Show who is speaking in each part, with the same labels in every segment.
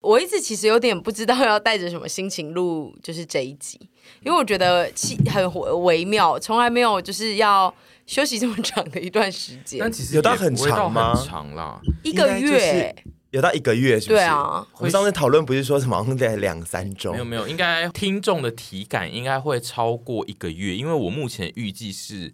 Speaker 1: 我一直其实有点不知道要带着什么心情录，就是这一集，因为我觉得气很微妙，从来没有就是要休息这么长的一段时间
Speaker 2: 但，其实
Speaker 3: 有到
Speaker 2: 也不
Speaker 3: 很
Speaker 2: 会
Speaker 3: 长吗
Speaker 2: 很长啦，
Speaker 1: 一个
Speaker 3: 应该就是
Speaker 1: 月，
Speaker 3: 有到一个月，是不是？
Speaker 1: 对啊，
Speaker 3: 我们上次讨论不是说什么好像在两三周
Speaker 2: 没有没有，应该听众的体感应该会超过一个月，因为我目前预计是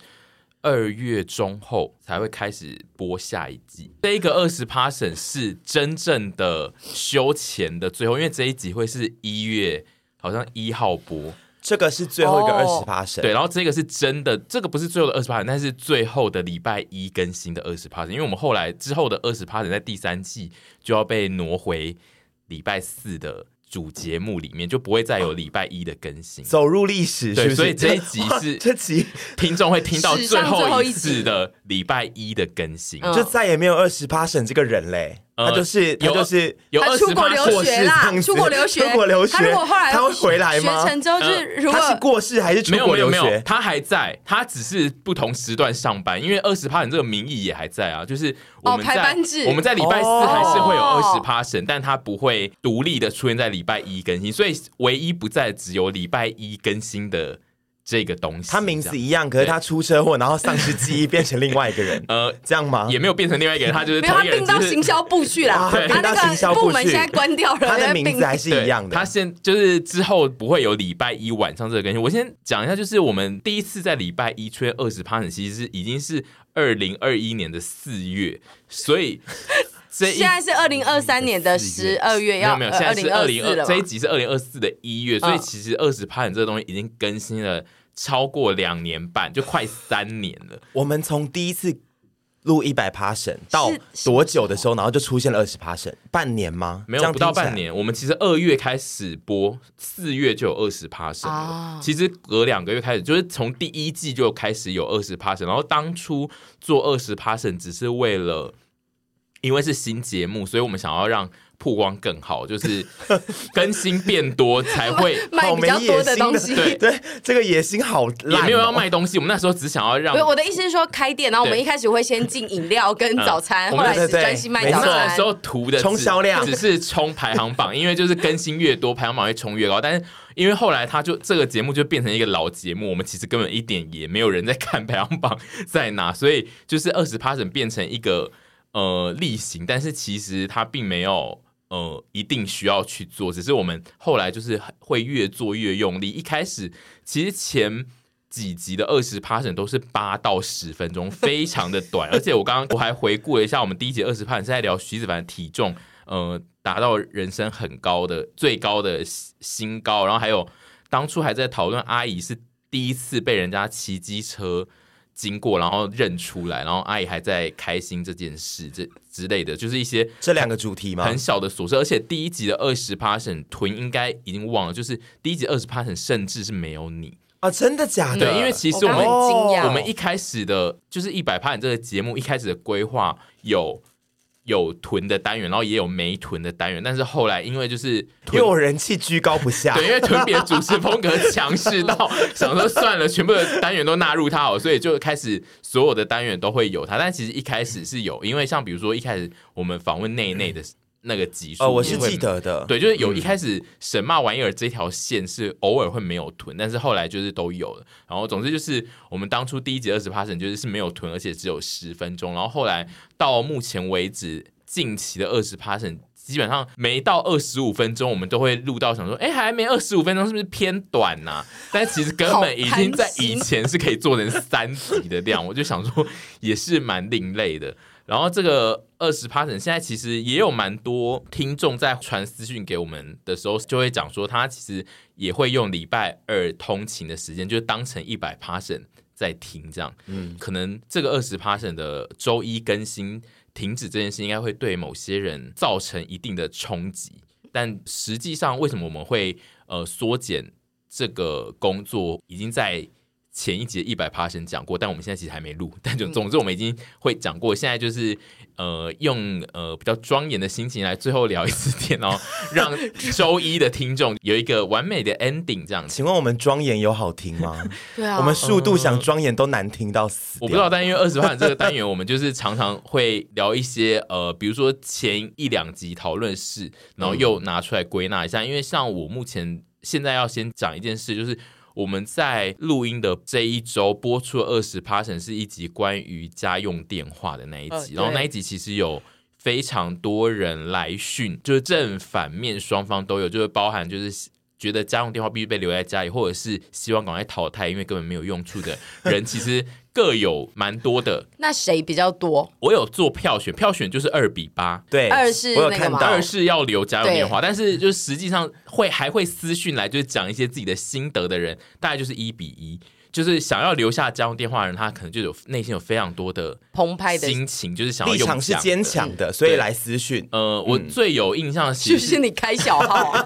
Speaker 2: 二月中后才会开始播下一季。这一个二十 p a s s o n 是真正的休前的最后，因为这一集会是一月好像一号播，
Speaker 3: 这个是最后一个二
Speaker 1: 哦
Speaker 3: 十八省，
Speaker 2: 对，然后这个是真的，这个不是最后的二十 p a s 但是最后的礼拜一更新的二十 p a s 因为我们后来之后的二十 p a s 在第三季就要被挪回礼拜四的。主节目里面就不会再有礼拜一的更新，
Speaker 3: 走入历史，
Speaker 2: 对
Speaker 3: 是不是
Speaker 2: 所以这一 集
Speaker 3: 哇
Speaker 2: 是
Speaker 3: 这集
Speaker 2: 听众会听到
Speaker 1: 史
Speaker 2: 最
Speaker 1: 上最
Speaker 2: 后
Speaker 1: 后
Speaker 2: 一
Speaker 1: 一
Speaker 2: 次
Speaker 1: 集
Speaker 2: 的礼拜一的更新，
Speaker 1: 嗯
Speaker 3: 就再也没有二十八省这个人嘞，
Speaker 2: 呃
Speaker 3: 他就是他
Speaker 2: 有呃
Speaker 3: 就是。
Speaker 2: 有
Speaker 1: 他
Speaker 2: 二
Speaker 1: 啊出
Speaker 2: 十
Speaker 1: 国留
Speaker 3: 或是
Speaker 1: 学
Speaker 3: 这
Speaker 1: 啦
Speaker 3: 样，子
Speaker 1: 出国留学，
Speaker 3: 出国留学
Speaker 1: 他如果后来
Speaker 3: 他会回来吗呃
Speaker 1: 学成之后就是如果
Speaker 3: 他是过世还是出
Speaker 2: 没有
Speaker 3: 国
Speaker 2: 没有
Speaker 3: 留
Speaker 2: 没有，
Speaker 3: 学？
Speaker 2: 他还在，他只是不同时段上班，因为二十 p a 这个名义也还在啊，就是我们
Speaker 1: 哦
Speaker 2: 在、
Speaker 1: 排班制
Speaker 2: 我们在礼拜四还是会有二十
Speaker 1: 哦
Speaker 2: p a 但他不会独立的出现在礼拜一更新，所以唯一不在只有礼拜一更新的这个东西，
Speaker 3: 他名字
Speaker 2: 这样
Speaker 3: 一样，可是他出车祸，然后丧失记忆，变成另外一个人，
Speaker 2: 呃
Speaker 3: 这样吗？
Speaker 2: 也没有变成另外一个人，他就是
Speaker 1: 没有
Speaker 2: 同
Speaker 1: 他
Speaker 2: 一个人，
Speaker 1: 并到
Speaker 2: 只是
Speaker 1: 行销部去啦，
Speaker 3: 对
Speaker 1: 他
Speaker 3: 啊并到行
Speaker 1: 那
Speaker 3: 销
Speaker 1: 个
Speaker 3: 部去
Speaker 1: 部门现在关掉了，
Speaker 3: 他的
Speaker 1: 在
Speaker 3: 名
Speaker 1: 并
Speaker 3: 字还是
Speaker 2: 对
Speaker 3: 一样的。
Speaker 2: 他现就是之后不会有礼拜一晚上这个更新。我先讲一下，就是我们第一次在礼拜一吹二十 p a 其实是已经是二零二一年的四月，所以这一
Speaker 1: 现在是二零二三年的十二月，
Speaker 2: 没有
Speaker 1: 要
Speaker 2: 没有，现
Speaker 1: 二
Speaker 2: 在是
Speaker 1: 零
Speaker 2: 二
Speaker 1: 二
Speaker 2: 零
Speaker 1: 四
Speaker 2: 二
Speaker 1: 了
Speaker 2: 这一
Speaker 1: 嘛？
Speaker 2: 集是二零二四的一月，所以
Speaker 1: 嗯
Speaker 2: 其实二十 p a 这个东西已经更新了超过两年半，就快三年了。
Speaker 3: 我们从第一次录一百趴省到多久的时候，然后就出现了二十趴省，半年吗？
Speaker 2: 没
Speaker 3: 这
Speaker 2: 有
Speaker 3: 样
Speaker 2: 不到
Speaker 3: 听起来
Speaker 2: 半。年，我们其实二月开始播，四月就有二十 p a 了。
Speaker 1: 啊
Speaker 2: 其实隔两个月开始，就是从第一季就开始有二十 p a 然后当初做二十 p a 只是为了，因为是新节目，所以我们想要让曝光更好，就是更新变多才 会。
Speaker 1: 卖比较多的东西
Speaker 3: 好。没野心的 对，这个野心好
Speaker 2: 也
Speaker 3: 烂、哦，
Speaker 2: 没有要卖东西，我们那时候只想要让
Speaker 1: 不是我的意思是说，开店，然后我们
Speaker 2: 对
Speaker 1: 一开始会先进饮料跟早餐，
Speaker 2: 我
Speaker 1: 后
Speaker 2: 们
Speaker 1: 来是
Speaker 3: 嗯对对对
Speaker 1: 专心卖
Speaker 3: 没
Speaker 1: 早
Speaker 3: 错
Speaker 2: 那
Speaker 1: 餐
Speaker 2: 时。候图的只
Speaker 3: 冲销量
Speaker 2: 只是冲排行榜， 因为就是更新越多，排行榜会冲越高。但是因为后来他就这个节目就变成一个老节目，我们其实根本一点也没有人在看排行榜在哪， 所以就是二十 p a 变成一个呃例行，但是其实它并没有。呃，一定需要去做，只是我们后来就是会越做越用力。一开始其实前几集的二十 p a s s 都是八到十分钟，非常的短。而且我刚刚我还回顾了一下，我们第一集二十 p a 是在聊徐子凡体重，呃，达到人生很高的最高的新新高，然后还有当初还在讨论阿姨是第一次被人家骑机车。经过，然后认出来，然后阿姨还在开心这件事，这之类的，就是一些
Speaker 3: 这两个主题吗？
Speaker 2: 很小的琐事，而且第一集的二十 p a s s 屯应该已经忘了，就是第一集二十 p a s s 甚至是没有你，
Speaker 3: 啊，真的假的？
Speaker 2: 对，因为其实
Speaker 1: 我
Speaker 2: 我
Speaker 1: 刚
Speaker 2: 们
Speaker 1: 刚很惊讶，
Speaker 2: 我们一开始的就是一百 p a 这个节目一开始的规划有有囤的单元，然后也有没囤的单元，但是后来因为就是
Speaker 3: 因为
Speaker 2: 囤
Speaker 3: 我人气居高不下，
Speaker 2: 对，因为屯比的主持风格强势到想说算了，全部的单元都纳入它好，所以就开始所有的单元都会有它。但其实一开始是有，因为像比如说一开始我们访问内内的那个集数，
Speaker 3: 呃，我是
Speaker 1: 哦
Speaker 2: 因为
Speaker 3: 记得的，
Speaker 2: 对，就是有一开始神骂玩意儿这条线是偶尔会没有囤，但是后来就是都有了。然后总之就是我们当初第一集二十 p a 就是是没有囤，而且只有十分钟。然后后来到目前为止，近期的二十 p a 基本上没到二十五分钟，我们都会录到想说，哎，还没二十五分钟，是不是偏短呐、但其实根本已经在以前是可以做成三集的量，我就想说也是蛮另类的。然后这个二十 p a 现在其实也有蛮多听众在传私讯给我们的时候，就会讲说他其实也会用礼拜二通勤的时间，就是当成一百 p a 在听这样。嗯，可能这个二十 p a 的周一更新停止这件事，应该会对某些人造成一定的冲击。但实际上，为什么我们会呃缩减这个工作，已经在前一节一百 passion 讲过，但我们现在其实还没录。但总总之，我们已经会讲过。现在就是呃，用呃比较庄严的心情来最后聊一次天，然后让周一的听众有一个完美的 ending 这样子。
Speaker 3: 请问我们庄严有好听吗？
Speaker 1: 对啊，
Speaker 3: 我们速度想庄严都难听到死
Speaker 2: 我
Speaker 3: 掉。
Speaker 2: 不知道，但因为二十万这个单元，我们就是常常会聊一些呃，比如说前一两集讨论事，然后又拿出来归纳一下。因为像我目前现在要先讲一件事，就是我们在录音的这一周播出的二十 p a s s o n 是一集关于家用电话的那一
Speaker 1: 呃
Speaker 2: 集，
Speaker 1: 对
Speaker 2: 然后那一集其实有。非常多人来讯，就是正反面双方都有，就是包含就是觉得家用电话必须被留在家里，或者是希望赶快淘汰，因为根本没有用处的人，其实各有蛮多的。
Speaker 1: 那谁比较多？
Speaker 2: 我有做票选，票选就是二比八。
Speaker 3: 对，
Speaker 1: 二是
Speaker 3: 我有
Speaker 1: 那个
Speaker 3: 看
Speaker 1: 吗
Speaker 3: 到
Speaker 2: 二是要留家用电话，但是就是实际上会还会私讯来，就是讲一些自己的心得的人，大概就是一比一，就是想要留下家用电话的人，他可能就有内心有非常多的
Speaker 1: 澎湃的，
Speaker 2: 心情，就是想要
Speaker 3: 立
Speaker 2: 用
Speaker 3: 场是
Speaker 2: 讲的
Speaker 3: 坚强的，所以来私讯。
Speaker 2: 呃，我最有印象的其
Speaker 1: 就
Speaker 2: 实
Speaker 1: 是你开小号 啊，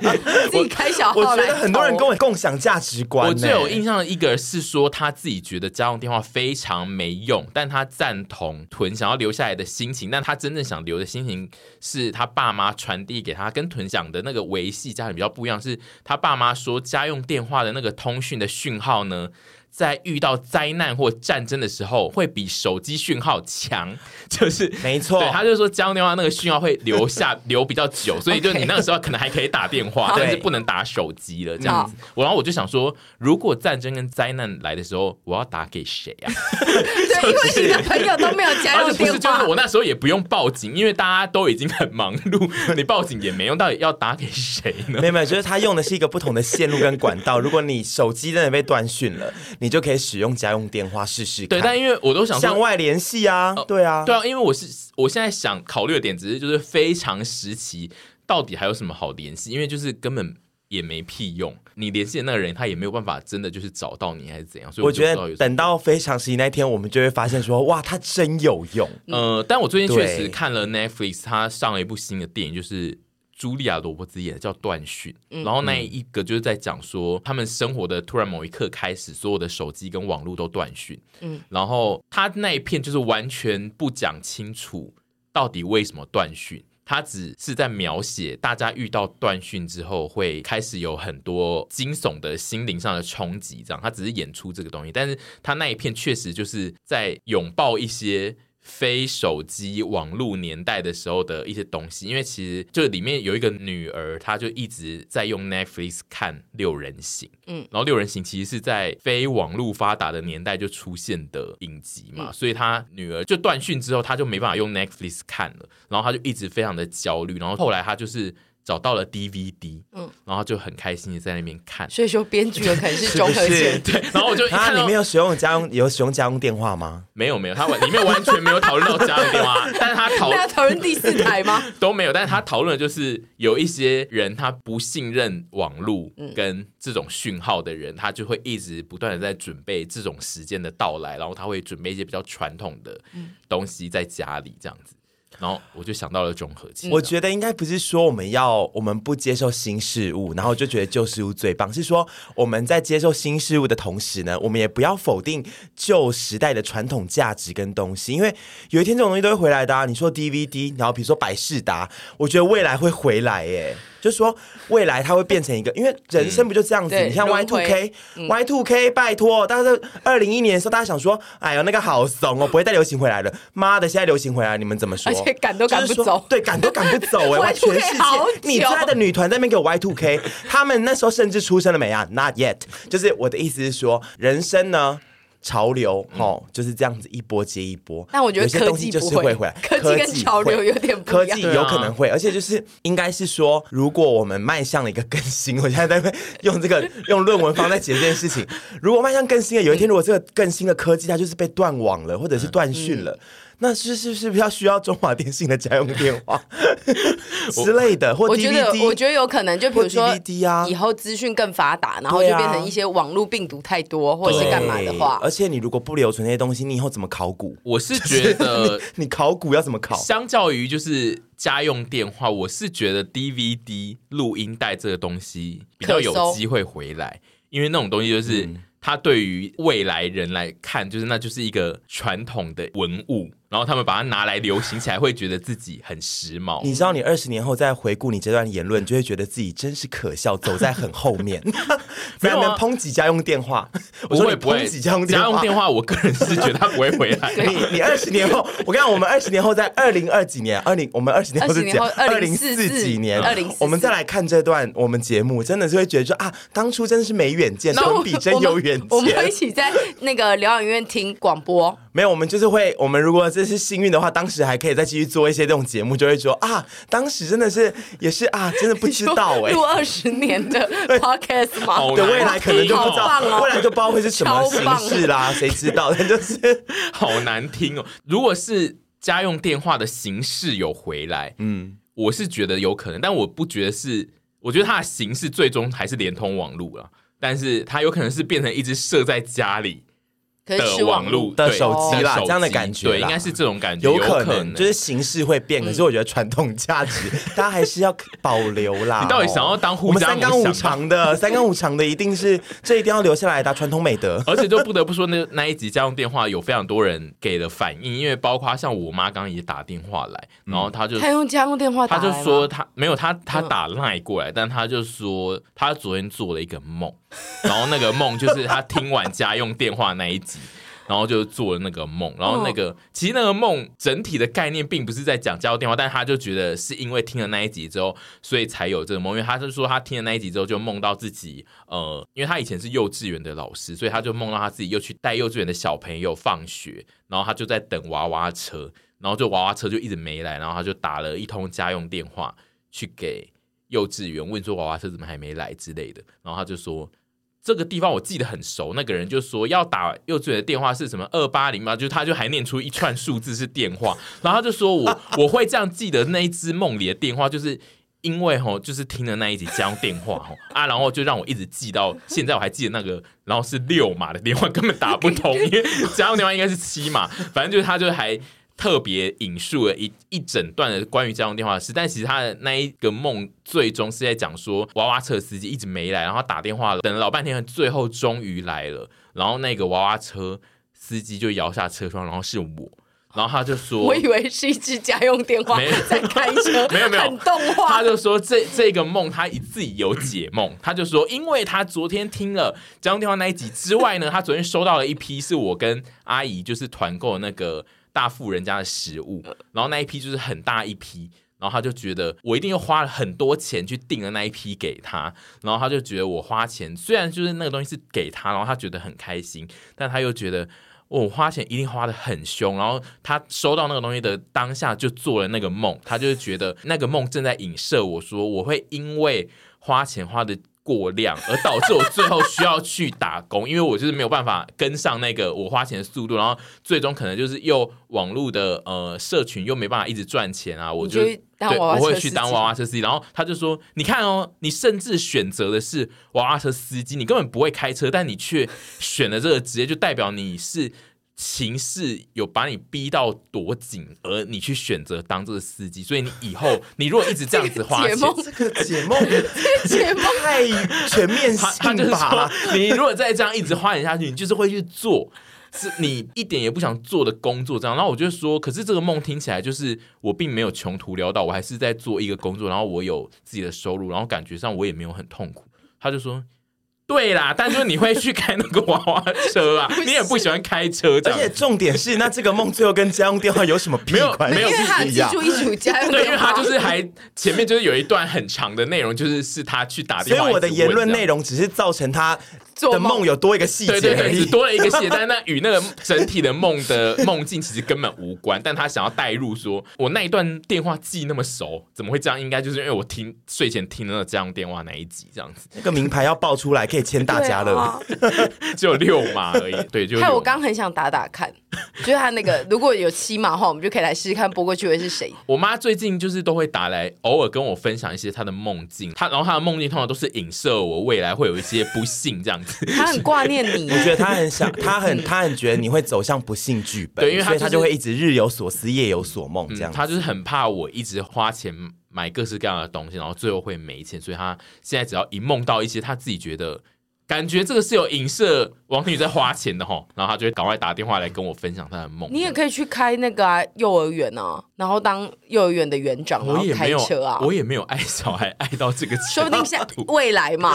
Speaker 1: 自己开小
Speaker 3: 我
Speaker 1: 号
Speaker 3: 觉
Speaker 1: 来
Speaker 3: 得
Speaker 1: 投。
Speaker 3: 很多人跟我共享价值观、
Speaker 2: 我最有印
Speaker 3: 象，
Speaker 2: 象的一个是说，他自己觉得家用电话非常没用，但他赞同屯想要留下来的心情，但他真正想留的心情是他爸妈传递给他，跟屯讲的那个维系家庭比较不一样，是他爸妈说家用电话的那个通讯的讯号呢。在遇到灾难或战争的时候，会比手机讯号强，就是
Speaker 3: 没错
Speaker 2: 对，他就说家用电话那个讯号会留下留比较久，所以就
Speaker 1: OK
Speaker 2: 你那个时候可能还可以打电话，
Speaker 3: 对
Speaker 2: 但是不能打手机了这样子。我然后我就想说，如果战争跟灾难来的时候，我要打给谁啊？
Speaker 1: 对，因为你的朋友都没有加
Speaker 2: 而
Speaker 1: 入
Speaker 2: 且不
Speaker 1: 电
Speaker 2: 是，就是
Speaker 1: 话，
Speaker 2: 我那时候也不用报警，因为大家都已经很忙碌，你报警也没用，到底要打给谁呢？
Speaker 3: 没有没有，就是他用的是一个不同的线路跟管道。如果你手机真的被断讯了，你就可以使用家用电话试试看，
Speaker 2: 对，但因为我都想说
Speaker 3: 向。外联系啊，对啊，
Speaker 2: 对啊，因为我是我现在想考虑的点，只是就是非常时期，到底还有什么好联系？因为就是根本也没屁用，你联系的那个人他也没有办法真的就是找到你还是怎样，所以
Speaker 3: 我
Speaker 2: 就不
Speaker 3: 觉
Speaker 2: 知道有
Speaker 3: 得
Speaker 2: 什么
Speaker 3: 等到非常时期那天，我们就会发现说，哇，他真有 用。
Speaker 2: 呃，但我最近确
Speaker 3: 对
Speaker 2: 实看了 Netflix，它上了一部新的电影，就是。茱莉亚·罗伯兹演的叫《断讯》，
Speaker 3: 嗯
Speaker 2: 然后那一个就是在讲说，他们生活的突然某一刻开始，所有的手机跟网络都断讯。嗯
Speaker 1: 嗯，
Speaker 2: 然后他那一片就是完全不讲清楚到底为什么断讯，他只是在描写大家遇到断讯之后会开始有很多惊悚的心灵上的冲击，这样他只是演出这个东西，但是他那一片确实就是在拥抱一些。非手机网络年代的时候的一些东西，因为其实就里面有一个女儿，她就一直在用 Netflix 看《六人行》，嗯
Speaker 1: 嗯，
Speaker 2: 然后《六人行》其实是在非网络发达的年代就出现的影集
Speaker 1: 嗯
Speaker 2: 嘛，所以她女儿就断讯之后，她就没办法用 Netflix 看了，然后她就一直非常的焦虑，然后后来她就是找到了 DVD，嗯
Speaker 1: 嗯，
Speaker 2: 然后就很开心的在那边看，
Speaker 1: 所以说编剧有可能是
Speaker 3: 不
Speaker 1: 中和
Speaker 3: 是
Speaker 1: 健，
Speaker 2: 对，然后我就一
Speaker 3: 他
Speaker 2: 看
Speaker 3: 里
Speaker 2: 到
Speaker 3: 面有使用家用有使用家用电话吗？
Speaker 2: 没有没有，他完里面完全没有讨论到家用电话，但是他讨
Speaker 1: 那要讨论第四台 吗？
Speaker 2: 都没有，但是他讨论的就是有一些人他不信任网络跟这种讯号的人，他就会一直不断的在准备这种时间的到来，然后他会准备一些比较传统的东西在家里这样子，然后我就想到了中和器，
Speaker 3: 我觉得应该不是说我们要我们不接受新事物，然后就觉得旧事物最棒，是说我们在接受新事物的同时呢，我们也不要否定旧时代的传统价值跟东西，因为有一天这种东西都会回来的、啊。你说 DVD，然后比如说百事达，我觉得未来会回来耶。就说未来它会变成一个，因为人生不就这样子？
Speaker 1: 对
Speaker 3: 你像 Y
Speaker 1: 轮
Speaker 3: two
Speaker 1: 回嗯
Speaker 3: K、Y two K，拜托，但是二零一年的时候，大家想说，哎呦那个好怂哦，不会再流行回来了。妈的，现在流行回来，你们怎么说？
Speaker 1: 而且赶都赶不
Speaker 3: 就是说
Speaker 1: 走
Speaker 3: 对，赶都赶不走 哎、哇
Speaker 1: Y2K
Speaker 3: 全世界
Speaker 1: 好久
Speaker 3: 你最爱的女团在那边给我 Y two K，他们那时候甚至出生了没啊？Not yet，就是我的意思是说，人生呢。潮流哦，就是这样子一波接一波。
Speaker 1: 嗯但我觉得
Speaker 3: 有些
Speaker 1: 科
Speaker 3: 东西
Speaker 1: 技
Speaker 3: 就
Speaker 1: 不
Speaker 3: 是
Speaker 1: 会
Speaker 3: 会回来，
Speaker 1: 科技跟潮流
Speaker 3: 会
Speaker 1: 有点不
Speaker 3: 科
Speaker 1: 一样
Speaker 3: 技
Speaker 2: 对啊
Speaker 3: 有可能会，而且就是应该是说，如果我们迈向了一个更新，我现在在那边用这个 用论文方在解这件事情。如果迈向更新了，有一
Speaker 1: 嗯
Speaker 3: 天如果这个更新的科技它就是被断网了，或者是断讯
Speaker 1: 嗯
Speaker 3: 了。那是是是不是要需要中华电信的家用电 话之类的，或
Speaker 1: 我觉得，我
Speaker 3: DVD？
Speaker 1: 觉得有可能，就比如说
Speaker 3: 或 DVD 啊
Speaker 1: 以后资讯更发达，然后就
Speaker 3: 对啊
Speaker 1: 变成一些网络病毒太多或者
Speaker 3: 对
Speaker 1: 是干嘛的话
Speaker 3: 而，且你如果不留存那些东西，你以后怎么考古？
Speaker 2: 我是觉得
Speaker 3: 你考古要怎么考？
Speaker 2: 相较于就是家用电话，我是觉得
Speaker 3: 嗯
Speaker 2: DVD 录音带这个东西比较有机会回来，因为那种东西就是它对于未来人来看，就是那就是一个传统的文物，然后他们把它拿来流行起来，会觉得自己很时髦。
Speaker 3: 你知道，你二十年后再回顾你这段言论，你就会觉得自己真是可笑，走在很后面，
Speaker 2: 没
Speaker 3: 才
Speaker 2: 有啊
Speaker 3: 能抨击家用电话。我
Speaker 2: 不
Speaker 3: 说
Speaker 2: 会
Speaker 3: 你
Speaker 2: 不会
Speaker 3: 抨击家用电
Speaker 2: 家
Speaker 3: 话
Speaker 2: 用，电话，我个人是觉得它不会回 来。
Speaker 3: 你你二十年后，我跟你讲，我们二十年后在二零二几年，二零我们二十年后是
Speaker 1: 20
Speaker 3: 啊
Speaker 1: 年后
Speaker 3: 二零
Speaker 1: 2044
Speaker 3: 四几年，
Speaker 1: 2044
Speaker 3: 我们再来看这段我们节目，真的是会觉得说啊，当初真的是没远 见，
Speaker 1: 然后
Speaker 3: 总比真有远
Speaker 1: 我们我们一
Speaker 3: 见。
Speaker 1: 起在那个疗养院听广播，
Speaker 3: 没有，我们就是会，我们如果这是幸运的话，当时还可以再继续做一些这种节目，就会说啊，当时真的是也是啊，真的不知 道哎、
Speaker 1: 录二十年 的 podcast 吗？
Speaker 2: 好
Speaker 3: 对未来可能就不知
Speaker 1: 好棒
Speaker 3: 道，
Speaker 1: 哦
Speaker 3: 未来就不知道会是什么
Speaker 1: 超棒
Speaker 3: 形式啦，谁知道？但就是
Speaker 2: 好难听哦。如果是家用电话的形式有回来，
Speaker 3: 嗯，
Speaker 2: 我是觉得有可能，但我不觉得是，我觉得它的形式最终还是连通网路了，但是它有可能是变成一只设在家里
Speaker 1: 可是
Speaker 2: 的
Speaker 1: 是
Speaker 2: 网路
Speaker 3: 的
Speaker 2: 对
Speaker 3: 手
Speaker 1: 机
Speaker 3: 啦
Speaker 2: 的手
Speaker 3: 这样的感觉啦
Speaker 2: 对，应该是这种感觉，
Speaker 3: 有
Speaker 2: 有
Speaker 3: 可
Speaker 2: 能欸嗯
Speaker 3: 能就是形式会变，可是我觉得传统价 值大家还是要保留啦。哦
Speaker 2: 你到底想要当
Speaker 3: 我
Speaker 2: 互
Speaker 3: 们
Speaker 2: 相
Speaker 3: 三纲五
Speaker 2: 想
Speaker 3: 常的，三纲五常的一定是这一定要留下来的啊传统美 德。
Speaker 2: 而且就不得不说那，那一集家用电话有非常多人给了反应，因为包括像我妈刚刚也打电话来，然后她就
Speaker 1: 他用家用电话打
Speaker 2: 她
Speaker 1: 来吗，嗯
Speaker 2: 就说她没有她她打赖过来，但她就说她昨天做了一个梦，然后那个梦就是她听完家用电话那一集。然后就做了那个梦，然后那个、其实那个梦整体的概念并不是在讲家用电话，但她就觉得是因为听了那一集之后，所以才有这个梦。因为她就说她听了那一集之后，就梦到自己呃，因为她以前是幼稚园的老师，所以她就梦到她自己又去带幼稚园的小朋友放学，然后她就在等娃娃车，然后就娃娃车就一直没来，然后他就打了一通家用电话去给幼稚园问说娃娃车怎么还没来之类的，然后他就说这个地方我记得很熟，那个人就说要打幼稚园的电话是什么二八零嘛，就他就还念出一串数字是电话， 然后他就说我 我会这样记得那一只梦里的电话就是。因为吼，就是听了那一集家用电话吼 啊，然后就让我一直记到现在，我还记得那个，然后是六码的电话根本打不通，因为家用电话应该是七码，反正就是他就还特别引述了一一整段的关于家用电话的事，但其实他的那一个梦最终是在讲说娃娃车司机一直没来，然后他打电话了，等了老半天，最后终于来了，然后那个娃娃车司机就摇下车窗，然后是我，然后他就说，
Speaker 1: 我以为是一只家用电话
Speaker 2: 没
Speaker 1: 在开车，
Speaker 2: 没有没有
Speaker 1: 很动画
Speaker 2: 他。就说这这个梦他自己有解梦，他就说，因为他昨天听了家用电话那一集之外呢，他昨天收到了一批是我跟阿姨就是团购那个大富人家的食物，然后那一批就是很大一批。然后他就觉得我一定又花了很多钱去订了那一批给他，然后他就觉得我花钱虽然就是那个东西是给他，然后他觉得很开心，但他又觉得哦我花钱一定花的很凶，然后他收到那个东西的当下就做了那个梦，他就是觉得那个梦正在影射我说我会因为花钱花的过量，而导致我最后需要去打工，因为我就是没有办法跟上那个我花钱的速度，然后最终可能就是又网络的呃社群又没办法一直赚钱啊，我
Speaker 1: 你就去当娃娃
Speaker 2: 对，我
Speaker 1: 车
Speaker 2: 会去
Speaker 1: 司
Speaker 2: 当
Speaker 1: 机
Speaker 2: 娃娃车司机。然后他就说：“你看哦，你甚至选择的是娃娃车司机，你根本不会开车，但你却选了这个职业，就代表你是情势有把你逼到多紧，而你去选择当这个司机。所以你以后，你如果一直这样子花
Speaker 1: 解
Speaker 2: 钱，
Speaker 1: 梦，
Speaker 3: 这个解梦
Speaker 1: 解梦，
Speaker 3: 太全面
Speaker 2: 他他就
Speaker 3: 性
Speaker 2: 是说
Speaker 3: 吧，，
Speaker 2: 你如果再这样一直花钱下去，你就是会去做，是你一点也不想做的工作。这样，然后我就说，可是这个梦听起来就是我并没有穷途潦倒，我还是在做一个工作，然后我有自己的收入，然后感觉上我也没有很痛苦。他就说。对啦，但就是你会去开那个娃娃车啊，你也不喜欢开车这
Speaker 3: 而
Speaker 2: 样，
Speaker 3: 且重点是，那这个梦最后跟家用电话有什么屁
Speaker 2: 没有
Speaker 3: 关系？
Speaker 2: 没有
Speaker 1: 因为他有记住一组家用
Speaker 2: 对，因为
Speaker 1: 电
Speaker 2: 他
Speaker 1: 话，
Speaker 2: 就是还前面就是有一段很长的内容，就是是他去打
Speaker 3: 所
Speaker 2: 电
Speaker 3: 以
Speaker 2: 话，
Speaker 3: 我的
Speaker 2: 一直问
Speaker 3: 言论
Speaker 2: 这样
Speaker 3: 内容只是造成他
Speaker 1: 做
Speaker 3: 的
Speaker 1: 梦
Speaker 3: 梦有多一个细
Speaker 2: 对对
Speaker 3: 节而
Speaker 2: 对，只
Speaker 3: 已。
Speaker 2: 多了一个谢，但是那与那个整体的梦的梦境其实根本无关。但他想要带入说，我那一段电话记那么熟，怎么会这样？应该就是因为我听睡前听了家用电话那一集，这样 子
Speaker 3: 那个名牌要爆出来，可以签大家
Speaker 1: 对
Speaker 3: 乐。
Speaker 1: 啊
Speaker 2: 只有六码而已。对，就有
Speaker 1: 害我
Speaker 2: 六码
Speaker 1: 刚很想打打看，就是他那个如果有七码的话，我们就可以来试试看拨过去会是谁。
Speaker 2: 我妈最近就是都会打来，偶尔跟我分享一些她的梦境，她然后她的梦境通常都是影射我未来会有一些不幸这样子。
Speaker 1: 他很挂念你，
Speaker 3: 我觉得他很想，他很他很觉得你会走向不幸剧本，
Speaker 2: 对因为他
Speaker 3: 所以他
Speaker 2: 就是嗯
Speaker 3: 就会一直日有所思，夜有所梦这样。
Speaker 2: 他就是很怕我一直花钱买各式各样的东西，然后最后会没钱，所以他现在只要一梦到一些他自己觉得感觉这个是有影射王女在花钱的哈，然后他就会赶快打电话来跟我分享他的梦。
Speaker 1: 你也可以去开那个、啊、幼儿园啊，然后当幼儿园的园长，然
Speaker 2: 我
Speaker 1: 后
Speaker 2: 也没
Speaker 1: 开
Speaker 2: 有
Speaker 1: 车啊，
Speaker 2: 我也没有爱小孩爱到这个程度，
Speaker 1: 说不定 下未来嘛，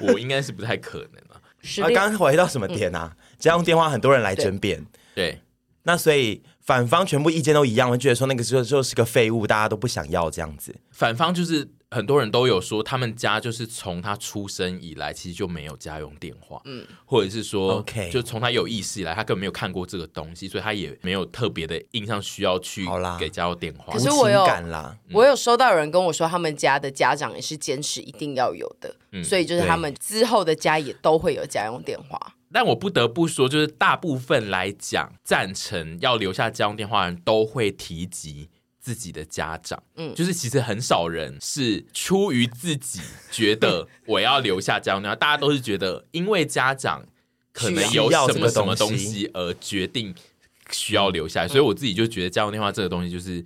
Speaker 2: 我应该是不太可能啊。
Speaker 1: 实
Speaker 3: 啊，
Speaker 1: 力
Speaker 3: 刚刚回到什么点
Speaker 2: 嗯
Speaker 3: 啊？家用电话很多人来争辩，
Speaker 2: 对，
Speaker 3: 那所以反方全部意见都一样，我觉得说那个就就是个废物，大家都不想要这样子。
Speaker 2: 反方就是很多人都有说，他们家就是从他出生以来，其实就没有家用电话，嗯，或者是说
Speaker 3: OK
Speaker 2: 就从他有意识以来，他根本没有看过这个东西，所以他也没有特别的印象需要去
Speaker 3: 好啦
Speaker 2: 给家用电话
Speaker 1: 可。是我有
Speaker 3: 无情感啦，
Speaker 1: 我有收到有人跟我说，他们家的家长也是坚持一定要有的，所以就是
Speaker 3: 嗯对
Speaker 1: 他们之后的家也都会有家用电话。
Speaker 2: 但我不得不说，就是大部分来讲，赞成要留下家用电话的人都会提及。自己的家长，嗯，就是其实很少人是出于自己觉得我要留下家用电话，大家都是觉得因为家长可能有
Speaker 3: 需要
Speaker 2: 什
Speaker 3: 这
Speaker 2: 么
Speaker 3: 个
Speaker 2: 什么东
Speaker 3: 东西
Speaker 2: 西而决定需要留下来，所以我自己就觉得家用电话这个东西就是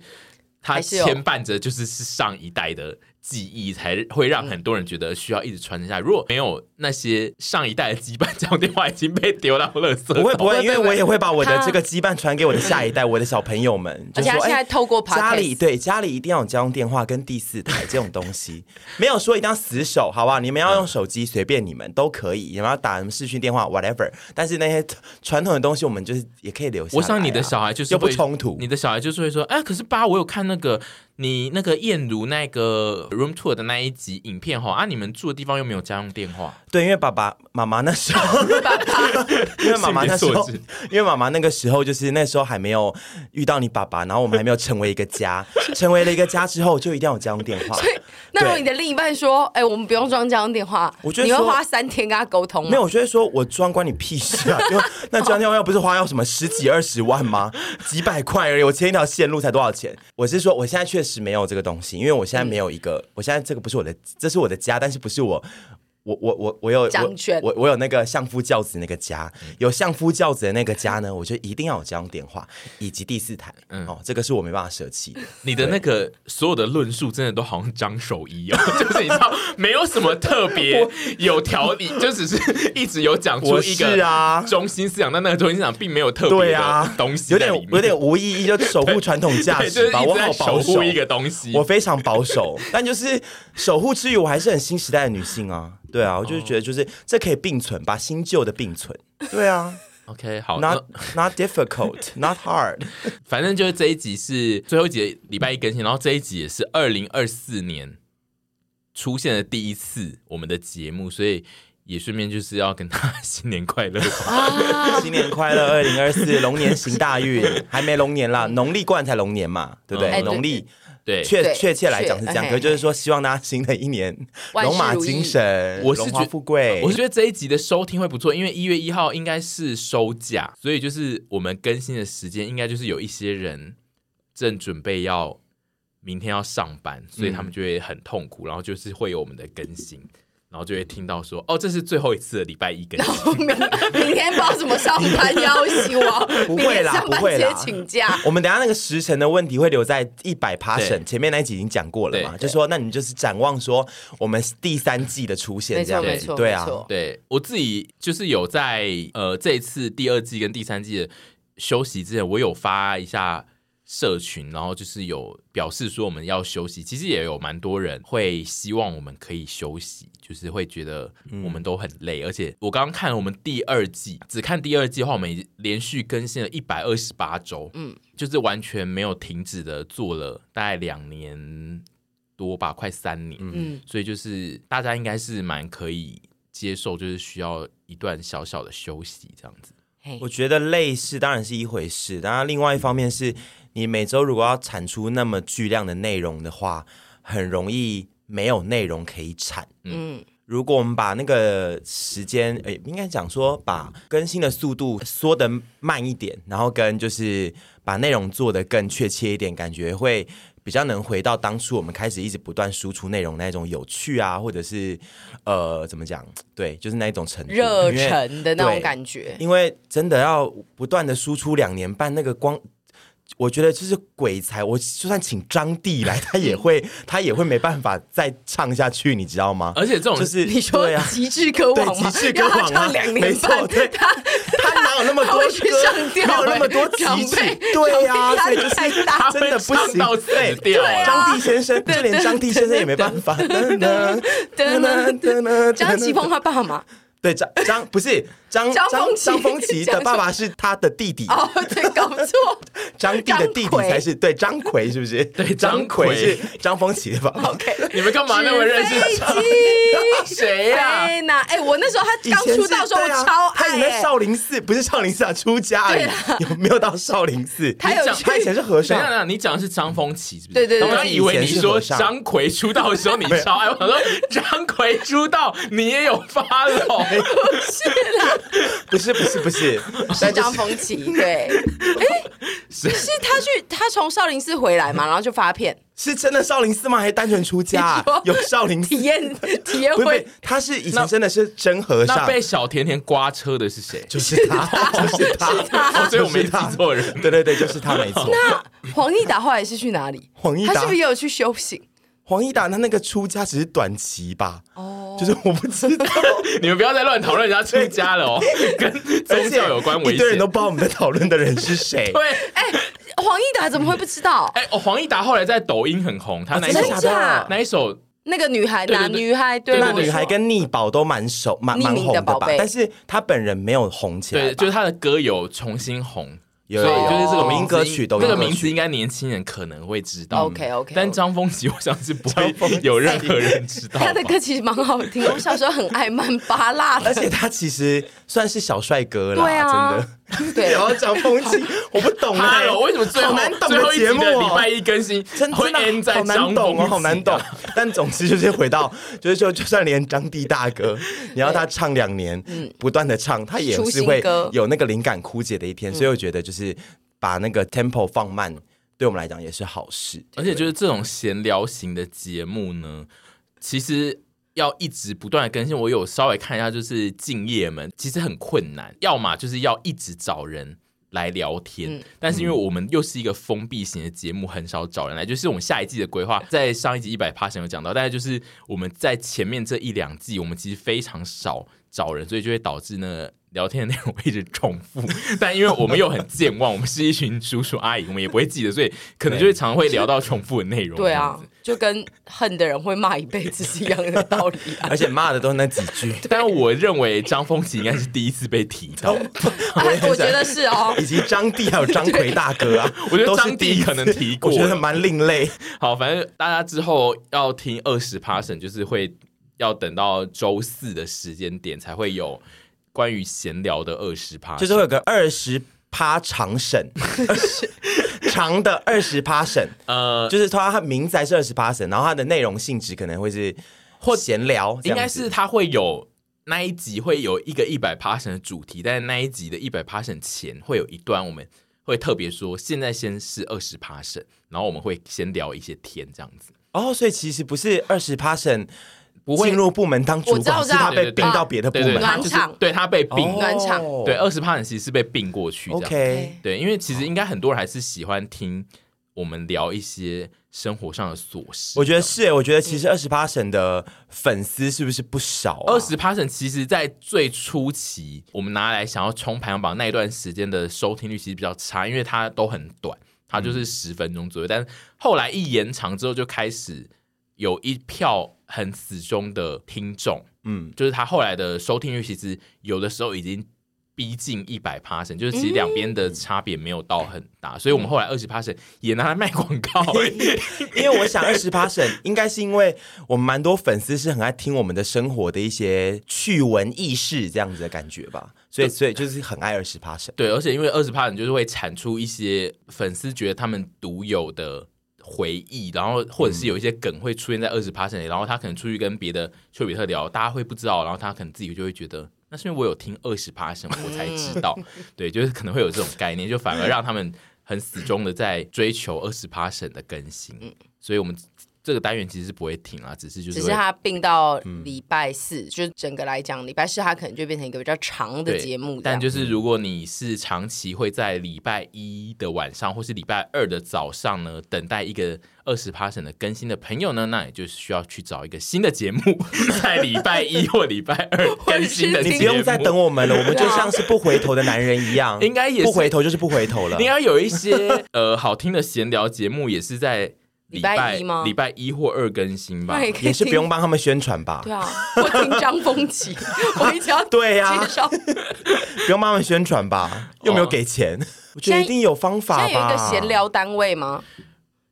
Speaker 2: 它
Speaker 1: 嗯还是有
Speaker 2: 牵绊着就是是上一代的记忆，才会让很多人觉得需要一直传承下来。如果没有那些上一代的羁绊，这样电话已经被丢到垃 圾
Speaker 3: 不会
Speaker 2: 桶。
Speaker 3: 不
Speaker 1: 不会
Speaker 3: 会，因为
Speaker 1: 不会
Speaker 3: 我也会把我的
Speaker 1: 他
Speaker 3: 这个羁绊传给我的下一代，我的小朋友们，就
Speaker 1: 而且他
Speaker 3: 说
Speaker 1: 现在
Speaker 3: 哎。
Speaker 1: 透过 p
Speaker 3: 家里对家里一定要有家用电话跟第四台这种东西， 没有说一定要死守，好不好？你们要用手机随便你们都可以，你们要打什么视讯电话 whatever，但是那些传统的东西我们就是也可以留下来
Speaker 2: 我
Speaker 3: 啊、
Speaker 2: 想你的小孩就是
Speaker 3: 又不
Speaker 2: 会
Speaker 3: 冲突
Speaker 2: 你的小孩就是会说，哎，可是爸，我有看那个你那个燕如那个 room tour 的那一集影片哈，啊，你们住的地方又没有家用电话，
Speaker 3: 对，因为爸爸妈妈那时候， 因为妈妈那时候
Speaker 2: 性别错置，
Speaker 3: 因为妈妈那个时候就是那时候还没有遇到你爸爸，然后我们还没有成为一个家，成为了一个家之后就一定要有家用电 话。
Speaker 1: 那如果
Speaker 3: 对
Speaker 1: 你的另一半说：“哎、我们不用装家用电话。”
Speaker 3: 我觉得
Speaker 1: 你会
Speaker 3: 说
Speaker 1: 花三天跟他沟通吗？啊
Speaker 3: 没 有，我就会说，我装关你屁事啊！因为那这样要要不是花要什么十几二十万吗？几百块而已，我前一条线路才多少钱？我是说，我现在确实没有这个东西，因为我现在没有一个，我现在这个不是我的，这是我的家，但是不是我。我我我我有我
Speaker 1: 掌权
Speaker 3: 我我有那个相夫教子那个家，有相夫教子的那个家呢，我就一定要有家用电话以及第四台，
Speaker 2: 嗯
Speaker 3: 哦，这个是我没办法舍弃的。
Speaker 2: 你的那个所有的论述真的都好像张守一哦， 就是你知道没有什么特 别有条理，就只是一直有讲出
Speaker 3: 我
Speaker 2: 一个
Speaker 3: 是啊
Speaker 2: 中心思想，但那个中心思想并没有特别
Speaker 3: 对
Speaker 2: 的
Speaker 3: 啊，
Speaker 2: 东西
Speaker 3: 有
Speaker 2: 在
Speaker 3: 点
Speaker 2: 里面，
Speaker 3: 有点无意义，就守护传统价
Speaker 2: 对，就是
Speaker 3: 值吧。
Speaker 2: 一
Speaker 3: 我
Speaker 2: 直
Speaker 3: 好
Speaker 2: 在
Speaker 3: 保
Speaker 2: 守
Speaker 3: 守
Speaker 2: 护一个东西。
Speaker 3: 我非常 保守，但就是守护之余，我还是很新时代的女性啊。对啊，我
Speaker 2: 哦
Speaker 3: 就是觉得就是、这可以并存，把新旧的并存。对啊
Speaker 2: OK 好，哦那
Speaker 3: ，not not difficult, not hard。
Speaker 2: 反正就是这一集是最后一集，礼拜一更新，然后这一集也是二零二四年出现的第一次我们的节目，所以也顺便就是要跟大家新年快 乐。
Speaker 3: 新年快乐，二零二四龙年行大运，还没龙年啦，农历冠才龙年嘛，对不
Speaker 2: 嗯
Speaker 3: 对？
Speaker 1: 哎对
Speaker 3: 农历
Speaker 2: 对，
Speaker 3: 确
Speaker 1: 对
Speaker 3: 确切来讲是这样，
Speaker 1: 确哎
Speaker 3: 可是就是说希望大家新的一年
Speaker 1: 万事
Speaker 3: 龙马
Speaker 1: 如意
Speaker 3: 精神，
Speaker 2: 我是
Speaker 3: 荣华
Speaker 2: 觉
Speaker 3: 富贵。
Speaker 2: 我是觉得这一集的收听会不错，因为一月一号应该是收假，所以就是我们更新的时间应该就是有一些人正准备要明天要上班，所以他们就会很痛苦，然后就是会有我们的更新，然后就会听到说哦，这是最后一次的礼拜一更新。
Speaker 1: 明明天不知道怎么上班要息我，
Speaker 3: 不会啦
Speaker 1: 明天上班
Speaker 3: 不会啦
Speaker 1: 直接请假。
Speaker 3: 我们等一下那个时辰的问题会留在一百 p a
Speaker 2: 对
Speaker 3: s 前面那一集已经讲过了嘛，
Speaker 2: 对
Speaker 3: 就说那你就是展望说我们第三季的出现
Speaker 1: 没
Speaker 3: 这
Speaker 1: 错
Speaker 3: 样
Speaker 1: 没
Speaker 3: 子，
Speaker 1: 错
Speaker 3: 对
Speaker 1: 没
Speaker 3: 啊，
Speaker 1: 错，
Speaker 2: 对我自己就是有在呃这一次第二季跟第三季的休息之前，我有发一下社群，然后就是有表示说我们要休息。其实也有蛮多人会希望我们可以休息，就是会觉得我们都很累。而且我刚刚看了我们第二季，只看第二季的话，我们已经连续更新了一百二十八周，嗯，就是完全没有停止的做了大概两年多吧，快三年，
Speaker 1: 嗯，
Speaker 2: 所以就是大家应该是蛮可以接受，就是需要一段小小的休息这样子。
Speaker 1: 嘿
Speaker 3: 我觉得累是当然是一回事，当然另外一方面是你每周如果要产出那么巨量的内容的话，很容易没有内容可以产。
Speaker 1: 嗯，
Speaker 3: 如果我们把那个时间，诶、应该讲说把更新的速度缩得慢一点，然后跟就是把内容做得更确切一点，感觉会比较能回到当初我们开始一直不断输出内容那种有趣啊，或者是呃怎么讲，对，就是那一种程度
Speaker 1: 热
Speaker 3: 因为
Speaker 1: 忱的那种
Speaker 3: 对
Speaker 1: 感觉。
Speaker 3: 因为真的要不断的输出两年半，那个光我觉得就是鬼才，我就算请张帝来，他也会他也会没办法再唱下去，你知道吗？
Speaker 2: 而且这种
Speaker 3: 就是
Speaker 1: 你说
Speaker 3: 对啊，
Speaker 1: 极致歌
Speaker 3: 对，
Speaker 1: 王吗？
Speaker 3: 极致歌
Speaker 1: 要他
Speaker 3: 王啊
Speaker 1: 唱，两
Speaker 3: 没
Speaker 1: 年半
Speaker 3: 错，，对，他他哪有那么
Speaker 1: 他
Speaker 3: 多
Speaker 1: 会去上
Speaker 3: 歌，
Speaker 1: 吊
Speaker 3: 没有那么
Speaker 1: 欸
Speaker 3: 多
Speaker 1: 长
Speaker 3: 极致
Speaker 1: 辈，
Speaker 3: 对
Speaker 1: 长辈
Speaker 3: 呀，
Speaker 1: 压
Speaker 3: 所以
Speaker 1: 力
Speaker 3: 就是
Speaker 1: 太大
Speaker 2: 他
Speaker 1: 了
Speaker 2: 会
Speaker 3: 真的不
Speaker 2: 唱
Speaker 3: 行
Speaker 2: 到死
Speaker 3: 对
Speaker 2: 掉啊，
Speaker 3: 张帝先生，就连张帝先生也没办法。噔噔噔噔噔噔
Speaker 1: 张奇峰他爸嘛，
Speaker 3: 对张张不是张
Speaker 1: 张
Speaker 3: 张
Speaker 1: 丰毅
Speaker 3: 张丰琪的爸爸是他的弟弟，
Speaker 1: 哦，对，搞 错。
Speaker 3: 张帝的弟
Speaker 1: 张
Speaker 3: 弟
Speaker 1: 奎
Speaker 3: 才是对张奎是不是？对
Speaker 2: 张
Speaker 3: 张
Speaker 2: 奎
Speaker 3: 奎是张丰琪的爸爸。
Speaker 1: OK，
Speaker 2: 你们干嘛那么认识？
Speaker 1: 识
Speaker 2: 谁呀
Speaker 1: 哎那哎，我那时候他刚出道的时候，
Speaker 3: 以前是对啊
Speaker 1: 我超
Speaker 3: 他
Speaker 1: 爱
Speaker 3: 以前在
Speaker 1: 哎。
Speaker 3: 少林寺，不是少林寺啊，出家而已
Speaker 1: 对啦，
Speaker 3: 有没有到少林寺？
Speaker 1: 他有
Speaker 2: 你讲
Speaker 1: 去
Speaker 3: 他以前是
Speaker 2: 等
Speaker 3: 和
Speaker 2: 一下，
Speaker 3: 尚
Speaker 2: 等一，下，你讲的是张丰琪是不是？
Speaker 1: 对对对
Speaker 2: 我刚以为你说张奎出道的时候你超爱，我想说张奎出道你也有 follow，
Speaker 3: 不是不是不是，但
Speaker 1: 是
Speaker 3: 就
Speaker 1: 张
Speaker 3: 是
Speaker 1: 丰琪， 对，哎，是他去他从少林寺回来嘛，然后就发片
Speaker 3: 是真的少林寺吗？还是单纯出家 啊
Speaker 1: 你说？
Speaker 3: 有少林寺
Speaker 1: 体验体验
Speaker 3: 不是不
Speaker 1: 会
Speaker 3: 是，他是以
Speaker 2: 那
Speaker 3: 前真的是真和
Speaker 2: 那
Speaker 3: 尚，
Speaker 2: 被小甜甜刮车的是谁？
Speaker 3: 就是他，就是
Speaker 2: 哦
Speaker 3: 他，
Speaker 2: 所以我没
Speaker 3: 没
Speaker 2: 记错人。
Speaker 3: 对对对，就是他没错。
Speaker 1: 那黄义达后来是去哪里？
Speaker 3: 黄义达
Speaker 1: 他是不是也有去修行？
Speaker 3: 黄义达他那个出家只是短期吧，
Speaker 1: 哦，
Speaker 3: 就是我不 知道，
Speaker 2: 你们不要再乱讨论人家出家了哦，跟宗教有关
Speaker 3: 而且
Speaker 2: 危
Speaker 3: 一堆人
Speaker 2: 险
Speaker 3: 都。不知道我们在讨论的人 是谁。
Speaker 2: 对，
Speaker 1: 哎，黄义达怎么会不知道？
Speaker 2: 哎，哦，黄义达后来在抖音很红，他那一
Speaker 3: 真
Speaker 2: 首
Speaker 3: 的
Speaker 1: 哦真
Speaker 3: 假
Speaker 1: 假
Speaker 3: 的？
Speaker 2: 那一首
Speaker 1: 那个女孩，
Speaker 2: 对对
Speaker 1: 男
Speaker 2: 对
Speaker 1: 女孩，对，
Speaker 3: 那
Speaker 1: 我
Speaker 3: 女孩
Speaker 1: 说
Speaker 3: 跟逆宝都蛮熟、
Speaker 1: 匿
Speaker 3: 蛮
Speaker 1: 名
Speaker 3: 蛮
Speaker 1: 的
Speaker 3: 红的
Speaker 1: 宝
Speaker 3: 吧
Speaker 1: 贝？
Speaker 3: 但是她本人没有红起来吧。
Speaker 2: 对，就是他的歌有重新红，
Speaker 3: 有哦
Speaker 2: 所以就是这个
Speaker 1: 抖
Speaker 2: 名
Speaker 1: 音
Speaker 2: 字
Speaker 3: 歌曲抖音
Speaker 2: 这个
Speaker 3: 歌
Speaker 2: 名字
Speaker 3: 曲
Speaker 2: 应该年轻人可能会知道。嗯
Speaker 1: OK，OK，OK
Speaker 2: 但张丰毅我想是不会
Speaker 3: 张丰毅
Speaker 2: 有任何人知道吧。
Speaker 1: 他的 歌其实蛮好听的，我小时候很爱曼巴辣
Speaker 3: 而
Speaker 1: 的，
Speaker 3: 且他其实算是小帅哥啦，
Speaker 1: 对啊
Speaker 3: 真的。
Speaker 1: 对
Speaker 3: 然，后讲风气，我不懂
Speaker 2: 哈
Speaker 3: 哎、
Speaker 2: 喽，为什么最后
Speaker 3: 好难懂
Speaker 2: 最后一集
Speaker 3: 节目
Speaker 2: 的
Speaker 3: 哦、
Speaker 2: 礼拜一更新
Speaker 3: 真
Speaker 2: 会
Speaker 3: 真
Speaker 2: end
Speaker 3: 的
Speaker 2: 在
Speaker 3: 好
Speaker 2: 张
Speaker 3: 难
Speaker 2: 丰
Speaker 3: 懂
Speaker 2: 毅
Speaker 3: 哦，好难懂。但总之就是回到，就是说，就算连张帝大哥，你要他唱两年，不断的唱，他也
Speaker 1: 出
Speaker 3: 是
Speaker 1: 新
Speaker 3: 会
Speaker 1: 歌
Speaker 3: 有那个灵感枯竭的一天。所以我觉得，就是把那个 tempo 放慢，对我们来讲也是好事。
Speaker 2: 而且就是这种闲聊型的节目呢，其实要一直不断的更新。我有稍微看一下，就是敬业们其实很困难，要么就是要一直找人。来聊天，
Speaker 1: 嗯
Speaker 2: 但是因为我们又是一个封闭型的节目，很少找人来。就是我们下一季的规划，在上一集一百 p a 有讲到，但是就是我们在前面这一两季，我们其实非常少找人，所以就会导致呢聊天的内容会一直重复。 但因为我们又很健忘，我们是一群叔叔阿姨，我们也不会记得，所以可能就会常会聊到重复的内 容。
Speaker 1: 对
Speaker 2: 这样
Speaker 1: 啊
Speaker 2: 子，，
Speaker 1: 就跟恨的人会骂一辈子是一样的道理 啊。
Speaker 3: 而且骂的都是那几句，
Speaker 2: 但我认为张丰毅应该是第一次被提到，
Speaker 1: 啊
Speaker 3: 也很 想
Speaker 1: 我觉得是 哦，
Speaker 3: 以及张帝还有张奎大哥啊，
Speaker 2: 我觉得
Speaker 3: 都
Speaker 2: 张
Speaker 3: 是第一
Speaker 2: 帝
Speaker 3: 次
Speaker 2: 可能提过
Speaker 3: 我觉得蛮另类。
Speaker 2: 好，反正大家之后要听二十 passion，就是会要等到周四的时间点才会有关于闲聊的二十 passion，
Speaker 3: 就是会有个二十趴 长审，长的二十趴审，
Speaker 2: 呃，
Speaker 3: 就是它它名字还是二十趴审，然后它的内容性质可能会是或闲聊这样子，
Speaker 2: 应该是它会有。那一集会有一个一百 passion 的主题，但是那一集的一百 passion 前会有一段，我们会特别说，现在先是二十 passion，然后我们会先聊一些天这样子，
Speaker 3: 哦，所以其实不是二十趴审
Speaker 2: 不会
Speaker 3: 进入部门当主
Speaker 1: 我知道
Speaker 3: 管，
Speaker 1: 我
Speaker 3: 是
Speaker 1: 知道
Speaker 3: 他被
Speaker 2: 对对对
Speaker 3: 并到别的部
Speaker 2: 对对，
Speaker 3: 门
Speaker 2: 他
Speaker 1: 暖
Speaker 2: 就是
Speaker 1: 场
Speaker 2: 对他被并，
Speaker 1: 暖场
Speaker 3: 哦
Speaker 2: 对二十 passion 其实是被并过去这样子。
Speaker 1: 哎
Speaker 3: ，OK，
Speaker 2: 对，因为其实应该很多人还是喜欢听我们聊一些生活上的琐事。
Speaker 3: 我觉得是耶，我觉得其实二十趴审的粉丝是不是不少啊？
Speaker 2: 二十 passion 其实，在最初期，我们拿来想要冲排行榜那一段时间的收听率其实比较差，因为它都很短，它
Speaker 3: 嗯
Speaker 2: 就是十分钟左右。但后来一延长之后，就开始有一票很死忠的听众，
Speaker 3: 嗯，
Speaker 2: 就是他后来的收听率其实有的时候已经逼近一百 passion，就是其实两边
Speaker 3: 嗯
Speaker 2: 的差别没有到很大，所以我们后来二十 passion 也拿来卖广告、
Speaker 3: 因为我想二十八省应该是因为我们蛮多粉丝是很爱听我们的生活的一些趣闻轶事这样子的感觉吧，所以所以就是很爱二十八省。
Speaker 2: 对，而且因为二十 passion 就是会产出一些粉丝觉得他们独有的。回忆，然后或者是有一些梗会出现在二十 passion 里，然后他可能出去跟别的丘比特聊，大家会不知道，然后他可能自己就会觉得，那是因为我有听二十 passion 我才知道，对，就是可能会有这种概念，就反而让他们很死忠的在追求二十 passion 的更新，所以我们这个单元其实是不会停啊，只是就是
Speaker 1: 只
Speaker 2: 会
Speaker 1: 是他并到礼拜四，就是整个来讲，礼拜四他可能就变成一个比较长的
Speaker 2: 对
Speaker 1: 节目这样，
Speaker 2: 但就是如果你是长期会在礼拜一的晚上或是礼拜二的早上呢，等待一个二十 p a s 的更新的朋友呢，那也就是需要去找一个新的节目，在礼拜一或礼拜二更新的节
Speaker 1: 或者是
Speaker 2: 目。
Speaker 3: 你不用再等我们了，我们就
Speaker 1: 对啊
Speaker 3: 像是不回头的男人一样，
Speaker 2: 应该也是
Speaker 3: 不回头就是不回头了
Speaker 2: 你。要有一些呃好听的闲聊节目，也是在礼
Speaker 1: 礼
Speaker 2: 拜
Speaker 1: 拜一吗
Speaker 2: 礼拜一或二更新吧
Speaker 1: 那。也可以
Speaker 3: 也是
Speaker 1: 听
Speaker 3: 不用帮他们宣传吧
Speaker 1: 对？啊，我听张丰琪，我一直要
Speaker 3: 对呀
Speaker 1: 介绍。
Speaker 3: 不用帮他们宣传
Speaker 2: 啊
Speaker 3: 吧？又没有给
Speaker 2: 哦
Speaker 3: 钱，我觉得一定有方
Speaker 1: 现
Speaker 3: 法
Speaker 1: 在有一个
Speaker 3: 吧？
Speaker 1: 闲聊单位吗？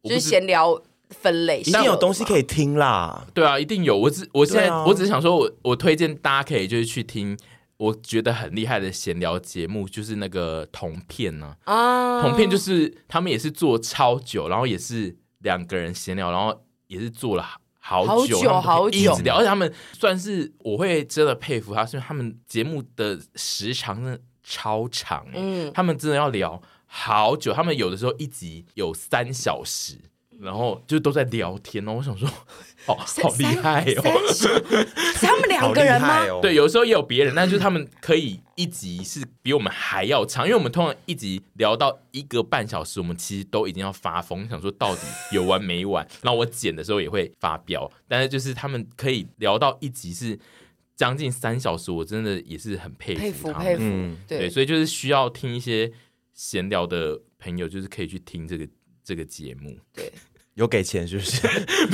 Speaker 2: 我
Speaker 1: 就
Speaker 2: 不
Speaker 1: 是
Speaker 2: 知
Speaker 1: 闲聊分类，
Speaker 3: 一定有东西可以听啦。
Speaker 2: 对啊，一定有。我只我现在、
Speaker 3: 对啊
Speaker 2: 我只是想说我，我推荐大家可以就是去听。我觉得很厉害的闲聊节目就是那个铜片呢、
Speaker 1: 啊
Speaker 2: 同片就是他们也是做超久，然后也是两个人闲聊，然后也是做了好好久
Speaker 1: 好久
Speaker 2: 他们可以
Speaker 1: 好
Speaker 2: 一
Speaker 1: 久
Speaker 2: 直聊，而且他们算是我会真的佩服他，是因为他们节目的时长真的超长、欸，
Speaker 1: 嗯
Speaker 2: 他们真的要聊好久，他们有的时候一集有三小时。然后就都在聊天哦，我想说，哦，好厉害哦！
Speaker 1: 三十他们两个人
Speaker 3: 好
Speaker 1: 吗
Speaker 3: 厉害？哦
Speaker 2: 对，，有时候也有别人，但就是他们可以一集是比我们还要长，因为我们通常一集聊到一个半小时，我们其实都已经要发疯，想说到底有完没完。然后我剪的时候也会发飙，但是就是他们可以聊到一集是将近三小时，我真的也是很佩服
Speaker 1: 佩服
Speaker 2: 他们
Speaker 1: 佩服
Speaker 3: 嗯，
Speaker 2: 对，
Speaker 1: 对，。
Speaker 2: 所以就是需要听一些闲聊的朋友，就是可以去听这个这个节目，
Speaker 3: 有给钱是不是？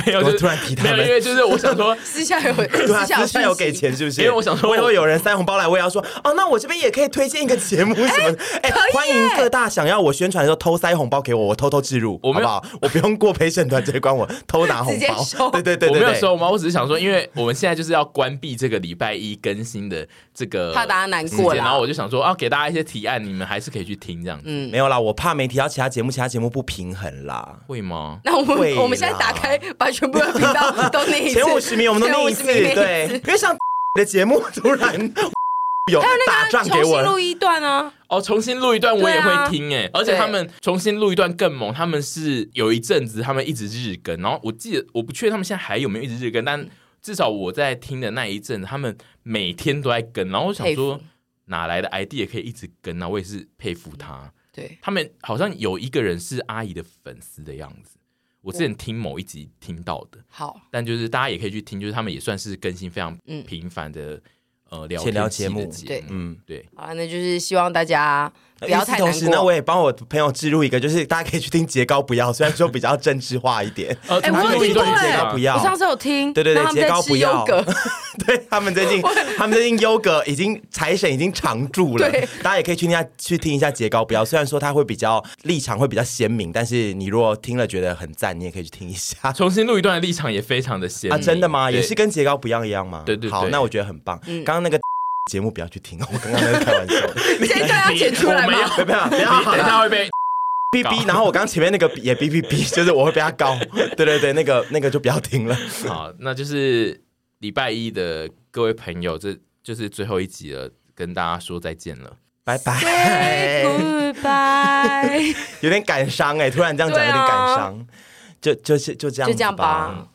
Speaker 2: 没 有，
Speaker 3: 我
Speaker 2: 就是
Speaker 3: 突然提他
Speaker 2: 没有，
Speaker 3: 们
Speaker 2: 因为就是我想说
Speaker 1: 私下有
Speaker 3: 对啊，
Speaker 1: 私下
Speaker 3: 私下有
Speaker 1: 讯息
Speaker 3: 给钱是不是？
Speaker 2: 因为我想说
Speaker 3: 以后有人塞红包来，我也要说哦，那我这边也可以推荐一个节目什么的。哎，欢迎各大想要我宣传的时候偷塞红包给我，我偷偷置入，
Speaker 2: 我没
Speaker 3: 好不
Speaker 2: 有
Speaker 3: 好？ 我不用过陪审团这一关，我偷拿红
Speaker 1: 直接
Speaker 3: 包。
Speaker 1: 收
Speaker 3: 对对对对
Speaker 2: 我没有
Speaker 3: 对，
Speaker 2: 收吗？我只是想说，因为我们现在就是要关闭这个礼拜一更新的这个，
Speaker 1: 怕大家难
Speaker 2: 时
Speaker 1: 过
Speaker 2: 间然后
Speaker 1: 啦。
Speaker 2: 我就想说，啊，给大家一些提案，你们还是可以去听这样子，
Speaker 1: 嗯
Speaker 3: 没，有啦，我怕没提到其他节目，其他节目不平衡啦。
Speaker 2: 会吗？
Speaker 1: 那我们
Speaker 3: 会啦
Speaker 1: 我们现在打开，把全部的频道都念一次，
Speaker 3: 前五十名我们都念一次，
Speaker 1: 前50名
Speaker 3: 对， 因为像 的节目突然 有打仗给
Speaker 1: 重
Speaker 3: 我
Speaker 1: 新
Speaker 3: 了，
Speaker 1: 录一段啊，
Speaker 2: 哦，重新录一段我也
Speaker 1: 对啊
Speaker 2: 会听哎、而且他们重新录一段更猛，他们是有一阵子他们一直日更，然后我记得我不确定他们现在还有没有一直日更，
Speaker 1: 嗯
Speaker 2: 但至少我在听的那一阵子，他们每天都在更，然后我想
Speaker 1: 佩
Speaker 2: 说
Speaker 1: 服
Speaker 2: 哪来的 ID 也可以一直更啊，我也是佩服他，
Speaker 1: 对，
Speaker 2: 他们好像有一个人是阿姨的粉丝的样子，我之前听某一集听到的。
Speaker 1: 好，
Speaker 2: 但就是大家也可以去听，就是他们也算是更新非常
Speaker 1: 嗯
Speaker 2: 频繁的、呃聊
Speaker 3: 闲聊
Speaker 2: 天系
Speaker 3: 节目
Speaker 2: 的节目，
Speaker 3: 嗯。
Speaker 2: 对，
Speaker 1: 好啦，那就是希望大家不
Speaker 3: 与
Speaker 1: 要
Speaker 3: 此
Speaker 1: 太
Speaker 3: 同
Speaker 1: 难
Speaker 3: 时呢，我
Speaker 1: 过。
Speaker 3: 也帮我朋友置入一个，就是大家可以去听节高不要，虽然说比较政治化一点，
Speaker 2: 呃
Speaker 1: 哎我有听过
Speaker 2: 对
Speaker 1: 哎
Speaker 3: 节高不要
Speaker 1: 我上次有听，
Speaker 3: 对对对
Speaker 1: 然后他们在
Speaker 3: 节高不
Speaker 1: 吃优
Speaker 3: 要
Speaker 1: 格，
Speaker 3: 对他们最近，他们最近优格 已经财神已经常驻了
Speaker 1: 对，
Speaker 3: 大家也可以去听一下去听一下节高不要。虽然说他会比较立场会比较鲜明，但是你如果听了觉得很赞，你也可以去听一 下。
Speaker 2: 重新录一段的立场也非常的鲜
Speaker 3: 啊，
Speaker 2: 明
Speaker 3: 真的吗？
Speaker 2: 对
Speaker 3: 也是跟节高不要一样吗？
Speaker 2: 对对对
Speaker 3: 好，那我觉得很棒。
Speaker 1: 嗯
Speaker 3: 刚刚那个 节目不要去听哦，我刚刚在开 玩笑的。
Speaker 1: 这一段要剪出来
Speaker 2: 我没有
Speaker 1: 吗？
Speaker 3: 没办法，不要
Speaker 2: 你
Speaker 3: 好
Speaker 2: 等一
Speaker 3: 了。
Speaker 2: 下会被
Speaker 3: 哔哔，然后我刚前面那个也哔哔哔，就是我会被他告。对对对，那个那个就不要听了。
Speaker 2: 好，那就是礼拜一的各位朋友，这就是最后一集了，跟大家说再见了。
Speaker 3: 拜拜
Speaker 1: Say。goodbye，
Speaker 3: 欸啊有点感伤哎、突然这样讲有点感伤，就就是就这样，
Speaker 1: 就这样吧。。